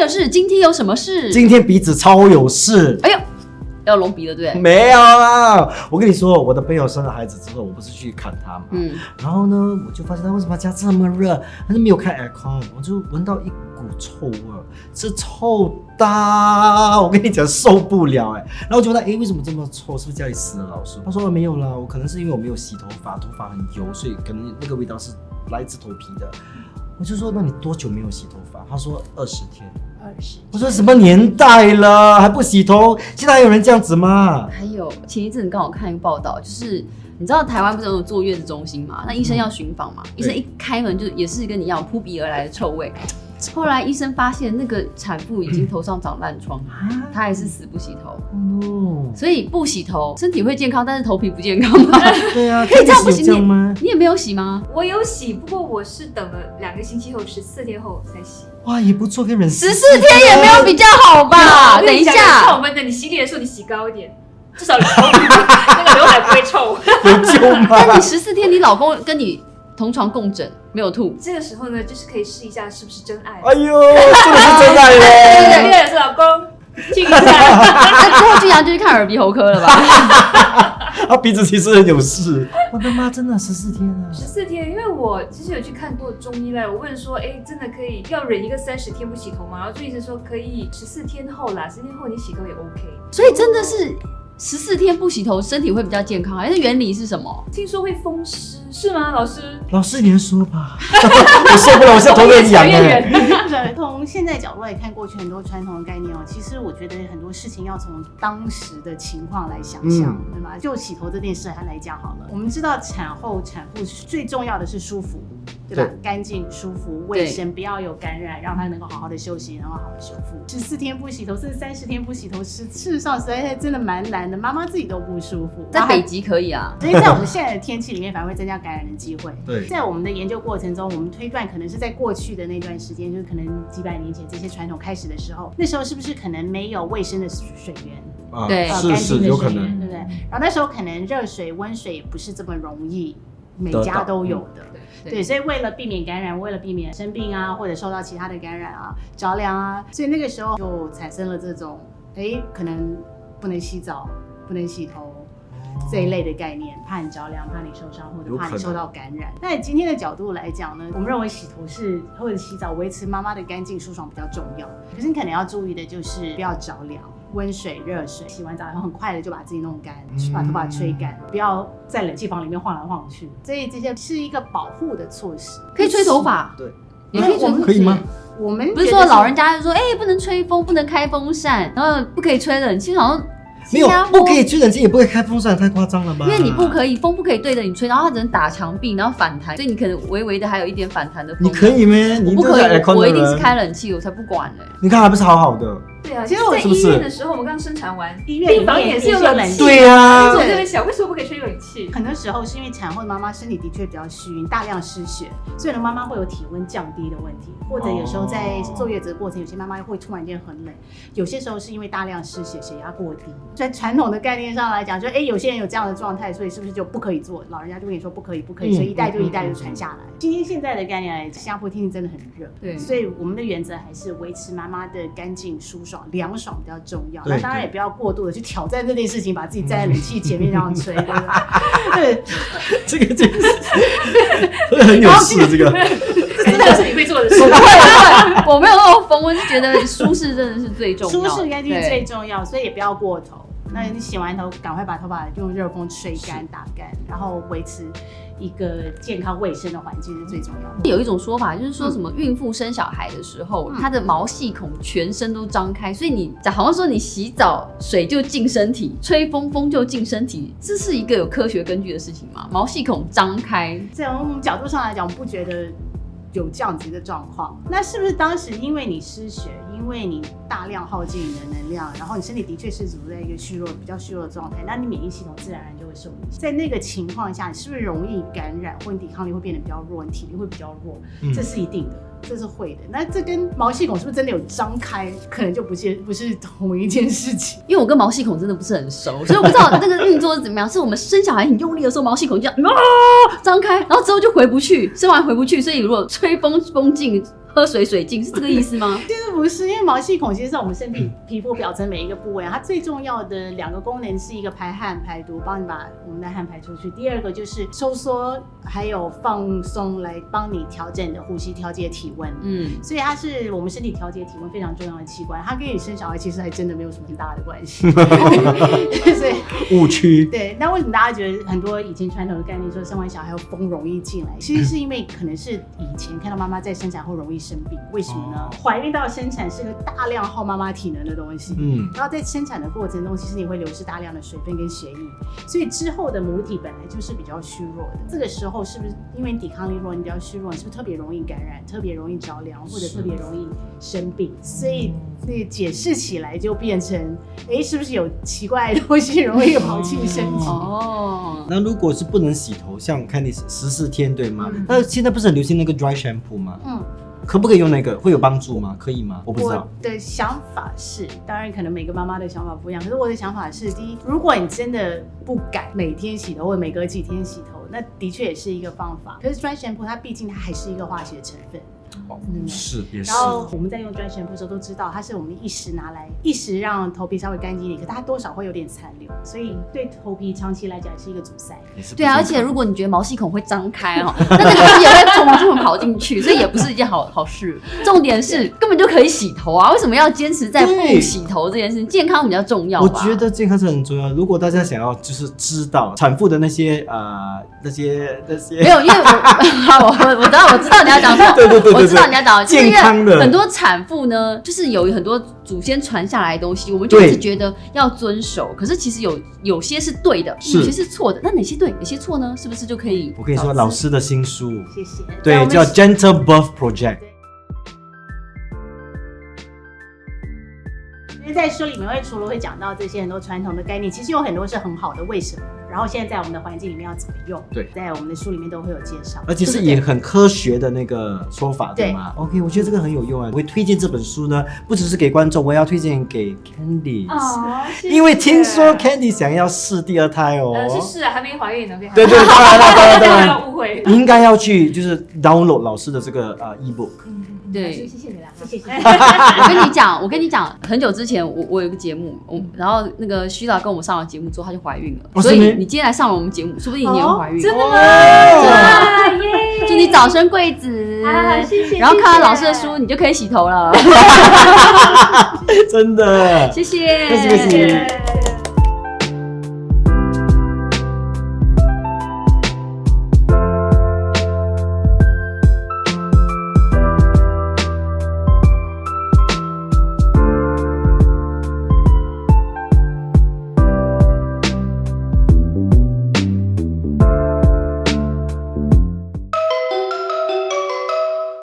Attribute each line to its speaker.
Speaker 1: 有事？今天有什么事？
Speaker 2: 今天鼻子超有事，
Speaker 1: 哎呦，要隆鼻了，对不对？
Speaker 2: 没有啊！我跟你说，我的朋友生了孩子之后，我不是去看他嘛，
Speaker 1: 嗯，
Speaker 2: 然后呢，我就发现他为什么家这么热，他是没有开 aircon，我就闻到一股臭味儿，是臭到我跟你讲受不了哎、然后我就问他，哎、为什么这么臭？是不是家里死了老鼠？他说、没有啦，我可能是因为我没有洗头发，头发很油，所以可能那个味道是来自头皮的。我就说，那你多久没有洗头发？他说二十天。
Speaker 1: 二十。
Speaker 2: 我说什么年代了还不洗头？现在还有人这样子吗？
Speaker 1: 还有前一阵刚好看一个报道，就是你知道台湾不是有坐月子中心嘛？那医生要巡访嘛，医生一开门就也是跟你一样扑鼻而来的臭味。后来医生发现那个产妇已经头上长烂疮，
Speaker 2: 啊
Speaker 1: 她还是死不洗头。
Speaker 2: ，no，
Speaker 1: 所以不洗头，身体会健康，但是头皮不健康 吗？
Speaker 2: 对啊，
Speaker 1: 可以这样
Speaker 2: 不
Speaker 1: 不
Speaker 2: 洗
Speaker 1: 行
Speaker 2: 这样吗？
Speaker 1: 你也没有洗吗？
Speaker 3: 我有洗，不过我是等了两个星期后，十四天后才洗。
Speaker 2: 哇，也不错，跟人
Speaker 1: 十四天也没有比较好吧？
Speaker 3: 我跟
Speaker 1: 等
Speaker 3: 你
Speaker 1: 一
Speaker 3: 讲
Speaker 1: 下
Speaker 3: 臭，闷的，你洗脸的时候你洗高一点，至少你头皮那个刘海不会臭。
Speaker 2: 有救
Speaker 1: 但你
Speaker 2: 吗？
Speaker 1: 十四天，你老公跟你同床共枕，没有 吐，
Speaker 3: 这个时候呢，就是可以试一下是不是真爱。
Speaker 2: 哎呦，真的是真爱
Speaker 3: 对
Speaker 2: 耶！
Speaker 3: 对对，是老公，亲一下。
Speaker 1: 那之后俊阳就去看耳鼻喉科了吧？
Speaker 2: 他啊鼻子其实很有事。我的妈，真的十四天啊！
Speaker 3: 十四天，因为我之前有去看过中医嘞，我问说，哎，真的可以要忍一个三十天不洗头吗？然后就一直说可以十四天后啦，十天后你洗头也 OK。
Speaker 1: 所以真的是十四天不洗头，身体会比较健康，还是原理是什么？
Speaker 3: 听说会风湿，是吗，老师？
Speaker 2: 老师，你能说吧？ 我受不了，我现在头都很痒
Speaker 3: 越扯越
Speaker 2: 哎。
Speaker 3: 远
Speaker 4: 从现在角度来看，过去很多传统的概念哦，其实我觉得很多事情要从当时的情况来想象，
Speaker 2: 嗯
Speaker 4: 对吧？就洗头这件事还来讲好了，我们知道产后产妇最重要的是舒服，对吧？
Speaker 2: 对
Speaker 4: 干净、舒服、卫生，不要有感染，让她能够好好的休息，然后好好地修复。十四天不洗头，甚至三十天不洗头，是事实上实在是真的蛮难的，妈妈自己都不舒服。然
Speaker 1: 在
Speaker 4: 后还
Speaker 1: 北极可以啊，
Speaker 4: 所以在我们现在的天气里面，反而会增加感染的机会。
Speaker 2: 对
Speaker 4: 在我们的研究过程中，我们推断可能是在过去的那段时间，就是可能几百年前这些传统开始的时候，那时候是不是可能没有卫生的水源，
Speaker 2: 啊
Speaker 1: 对
Speaker 4: 呃，
Speaker 2: 是
Speaker 4: 干净
Speaker 2: 是
Speaker 4: 的
Speaker 2: 有
Speaker 4: 水
Speaker 2: 可
Speaker 4: 源，
Speaker 2: 能。
Speaker 4: 对不对？然后那时候可能热水、温水不是这么容易，每
Speaker 2: 得到
Speaker 4: 家
Speaker 2: 嗯
Speaker 4: 都有的。
Speaker 1: 对
Speaker 4: 对，所以为了避免感染，为了避免生病啊，或者受到其他的感染啊、着凉啊，所以那个时候就产生了这种，哎，可能不能洗澡，不能洗头。这一类的概念，怕你着凉，怕你受伤，或
Speaker 2: 有
Speaker 4: 者
Speaker 2: 可
Speaker 4: 怕
Speaker 2: 能
Speaker 4: 你受到感染。那以今天的角度来讲呢，我们认为洗头是或者洗澡维持妈妈的干净舒爽比较重要。可是你可能要注意的就是不要着凉，温水、热水，洗完澡然后很快的就把自己弄干，去把头发吹干，不要在冷气房里面晃来晃去。所以这些是一个保护的措施。
Speaker 1: 可以吹头发，
Speaker 2: 对，
Speaker 1: 也可以吹头发
Speaker 2: 可以吗？
Speaker 4: 我们
Speaker 1: 不是
Speaker 4: 觉
Speaker 1: 说
Speaker 4: 得
Speaker 1: 老人家就说，哎、不能吹风，不能开风扇，然后不可以吹冷气，好像
Speaker 2: 没
Speaker 1: 新
Speaker 2: 有
Speaker 1: 加，坡
Speaker 2: 不可以吹冷气，也不可以开风扇，太夸张了吧？
Speaker 1: 啊因为你不可以，风不可以对着你吹，然后它只能打墙壁，然后反弹，所以你可能微微的还有一点反弹的风。
Speaker 2: 你可以咩？你
Speaker 1: 我不可
Speaker 2: 定是
Speaker 1: 以
Speaker 2: aircon 的？
Speaker 1: 我一定
Speaker 2: 人
Speaker 1: 是开冷气，我才不管呢、
Speaker 2: 你看还不是好好的？
Speaker 3: 对啊，其
Speaker 4: 其实
Speaker 3: 实，
Speaker 4: 我
Speaker 3: 在
Speaker 2: 是不
Speaker 3: 医
Speaker 2: 是
Speaker 3: 院的时候，我们刚生产完，
Speaker 4: 医院里
Speaker 3: 病房
Speaker 4: 面
Speaker 3: 也是
Speaker 4: 也
Speaker 3: 有
Speaker 4: 是有
Speaker 3: 冷
Speaker 4: 冷气
Speaker 3: 气。
Speaker 2: 对呀、
Speaker 3: 但是我就在想，为什么不可以吹冷气？
Speaker 4: 很多时候是因为产后的妈妈身体的确比较虚，大量失血，所以呢妈妈会有体温降低的问题，或者有时候在坐月子的过程，有些妈妈会突然间很冷，有些时候是因为大量失血，血压过低。在传统的概念上来讲，就哎、诶有些人有这样的状态，所以是不是就不可以做？老人家就跟你说不可以，不可以，
Speaker 2: 嗯
Speaker 4: 所以一代就一代就传下来。今天现在的概念来讲，嗯新加坡天气真的很热，
Speaker 1: 对
Speaker 4: 所以我们的原则还是维持妈妈的干净、舒爽、凉爽比较重要。
Speaker 2: 对
Speaker 4: 那当然
Speaker 2: 对嗯
Speaker 4: 也不要过度的去挑战这件事情，把自己站在冷气前面这样吹，对不对？ 对，
Speaker 2: 这个这个很有事，这个
Speaker 3: 真的是你会做的事。
Speaker 1: 不会 不会，我没有那么疯，我是觉得舒适真的是最重要
Speaker 4: 舒
Speaker 1: 的，
Speaker 4: 适干净是
Speaker 1: 对
Speaker 4: 最重要，所以也不要过头。那你洗完头，赶快把头发用热风吹干、打干，然后维持一个健康卫生的环境是最重要的。
Speaker 1: 有一种说法，就是说什么孕妇生小孩的时候，
Speaker 4: 嗯
Speaker 1: 她的毛细孔全身都张开，所以你好像说你洗澡水就进身体，吹风风就进身体，这是一个有科学根据的事情吗？毛细孔张开，
Speaker 4: 在我们角度上来讲，我不觉得有这样子的状况。那是不是当时因为你失血，因为你大量耗尽你的能量，然后你身体的确是处在一个虚弱、比较虚弱的状态，那你免疫系统自然而然就会受影响。在那个情况下，你是不是容易感染，或你抵抗力会变得比较弱，你体力会比较弱？这是一定的，这是会的。那这跟毛细孔是不是真的有张开，可能就不是 不是同一件事情。
Speaker 1: 因为我跟毛细孔真的不是很熟，所以我不知道那个运作是怎么样。 是我们生小孩很用力的时候，毛细孔就这样啊张开，然后之后就回不去，生完回不去，所以如果吹风风进，喝水水进，是这个意思吗？
Speaker 4: 就是不是？因为毛细孔其实是我们身体皮肤表层每一个部位啊，它最重要的两个功能是一个排汗排毒，帮你把我们的汗排出去；第二个就是收缩，还有放松，来帮你调整你的呼吸，调节体温。
Speaker 1: 嗯，
Speaker 4: 所以它是我们身体调节体温非常重要的器官，它跟你生小孩其实还真的没有什么很大的关系。所以
Speaker 2: 误区。
Speaker 4: 对，那为什么大家觉得很多以前传统的概念说生完小孩后风容易进来，其实是因为可能是以前看到妈妈在生产后容易生病，为什么呢
Speaker 2: 哦？
Speaker 4: 怀孕到生产是个大量耗妈妈体能的东西。
Speaker 2: 嗯，
Speaker 4: 然后在生产的过程中，其实你会流失大量的水分跟血液，所以之后的母体本来就是比较虚弱的。这个时候是不是因为抵抗力弱，你比较虚弱，你是不是特别容易感染，特别容易着凉，或者
Speaker 2: 是
Speaker 4: 特别容易生病？所以那个解释起来就变成，哎，是不是有奇怪的东西容易跑进身
Speaker 2: 嗯
Speaker 4: 体？
Speaker 1: 哦，
Speaker 2: 那如果是不能洗头，像看你十四天对吗
Speaker 4: 嗯？
Speaker 2: 那现在不是很流行那个 dry shampoo 吗？
Speaker 4: 嗯，
Speaker 2: 可不可以用那个？会有帮助吗？可以吗？我不知
Speaker 4: 我
Speaker 2: 道。
Speaker 4: 的想法是，当然可能每个妈妈的想法不一样，可是我的想法是，第一，如果你真的不敢每天洗头或每隔几天洗头，那的确也是一个方法。可是 dry shampoo 它毕竟它还是一个化学成分，嗯
Speaker 2: 是，也是
Speaker 4: 然。后我们在用 dry shampoo 的时候都知道，它是我们一时拿来一时让头皮稍微干净一点，可它多少会有点残留，所以对头皮长期来讲是一个阻塞。
Speaker 2: 也是不
Speaker 1: 对啊，
Speaker 2: 健康
Speaker 1: 而且如果你觉得毛细孔会张开哦， 那那个东西也会从毛细孔跑进去，所以也不是一件好好事。重点是根本就可以洗头啊，为什么要坚持在不
Speaker 2: 对
Speaker 1: 洗头这件事情？健康比较重要
Speaker 2: 我
Speaker 4: 啊
Speaker 1: 吧？
Speaker 2: 觉得健康是很重要。如果大家想要就是知道产妇的那些呃那些那
Speaker 1: 没
Speaker 2: 些，
Speaker 1: 有，因为我 我我我知道我知道你要讲什么，
Speaker 2: 对对对对对
Speaker 1: 我知道你要讲就是因为
Speaker 2: 健康的
Speaker 1: 很多产妇呢，就是有很多祖先传下来的东西，我们就一直
Speaker 2: 对
Speaker 1: 觉得要遵守，可是其实有有些是对的，
Speaker 2: 是
Speaker 1: 有些是错的，那哪些对，哪些错呢？是不是就可以？
Speaker 2: 我跟你说，老师的新书，
Speaker 4: 谢谢。那啊我
Speaker 2: 对，
Speaker 4: 们
Speaker 2: 叫 Gentle Birth Project。
Speaker 4: 因为在书里面会除了会讲到这些很多传统的概念，其实有很多是很好的，为什么？然后现在在我们的环境里面要怎么用？
Speaker 2: 对
Speaker 4: 在我们的书里面都会有介绍。
Speaker 2: 而且是也很科学的那个说法，
Speaker 4: 对
Speaker 2: 对吗？OK，我觉得这个很有用啊。我会推荐这本书呢，不只是给观众，我也要推荐给 Candy，、
Speaker 3: 哦，谢谢
Speaker 2: 因为听说 Candy 想要试第二胎哦。
Speaker 3: 呃是是啊，还没怀孕呢，对
Speaker 2: 对对，当然了，当然
Speaker 3: 不
Speaker 2: 当 然。
Speaker 3: 要误会。
Speaker 2: 你应该要去就是 download 老师的这个呃 ebook，
Speaker 3: 嗯，
Speaker 1: 对
Speaker 3: 老师谢谢你啦，
Speaker 4: 谢 谢谢谢。
Speaker 1: 我跟你讲，我跟你讲，很久之前我我有一个节目，我然后那个徐导跟我们上了节目之后，她就怀孕了，
Speaker 2: 嗯哦
Speaker 1: 所
Speaker 2: 是吗
Speaker 1: 以你今天来上了我们节目，说不定你也会怀孕。
Speaker 3: 真的吗？
Speaker 2: 哦，
Speaker 3: 哇耶！
Speaker 1: 祝你早生贵子，
Speaker 3: 啊，谢谢。
Speaker 1: 然后看
Speaker 3: 谢
Speaker 1: 了
Speaker 3: 谢
Speaker 1: 老师的书，，你就可以洗头了。
Speaker 2: 真的，
Speaker 1: 谢谢，
Speaker 2: 谢谢谢谢
Speaker 3: 对。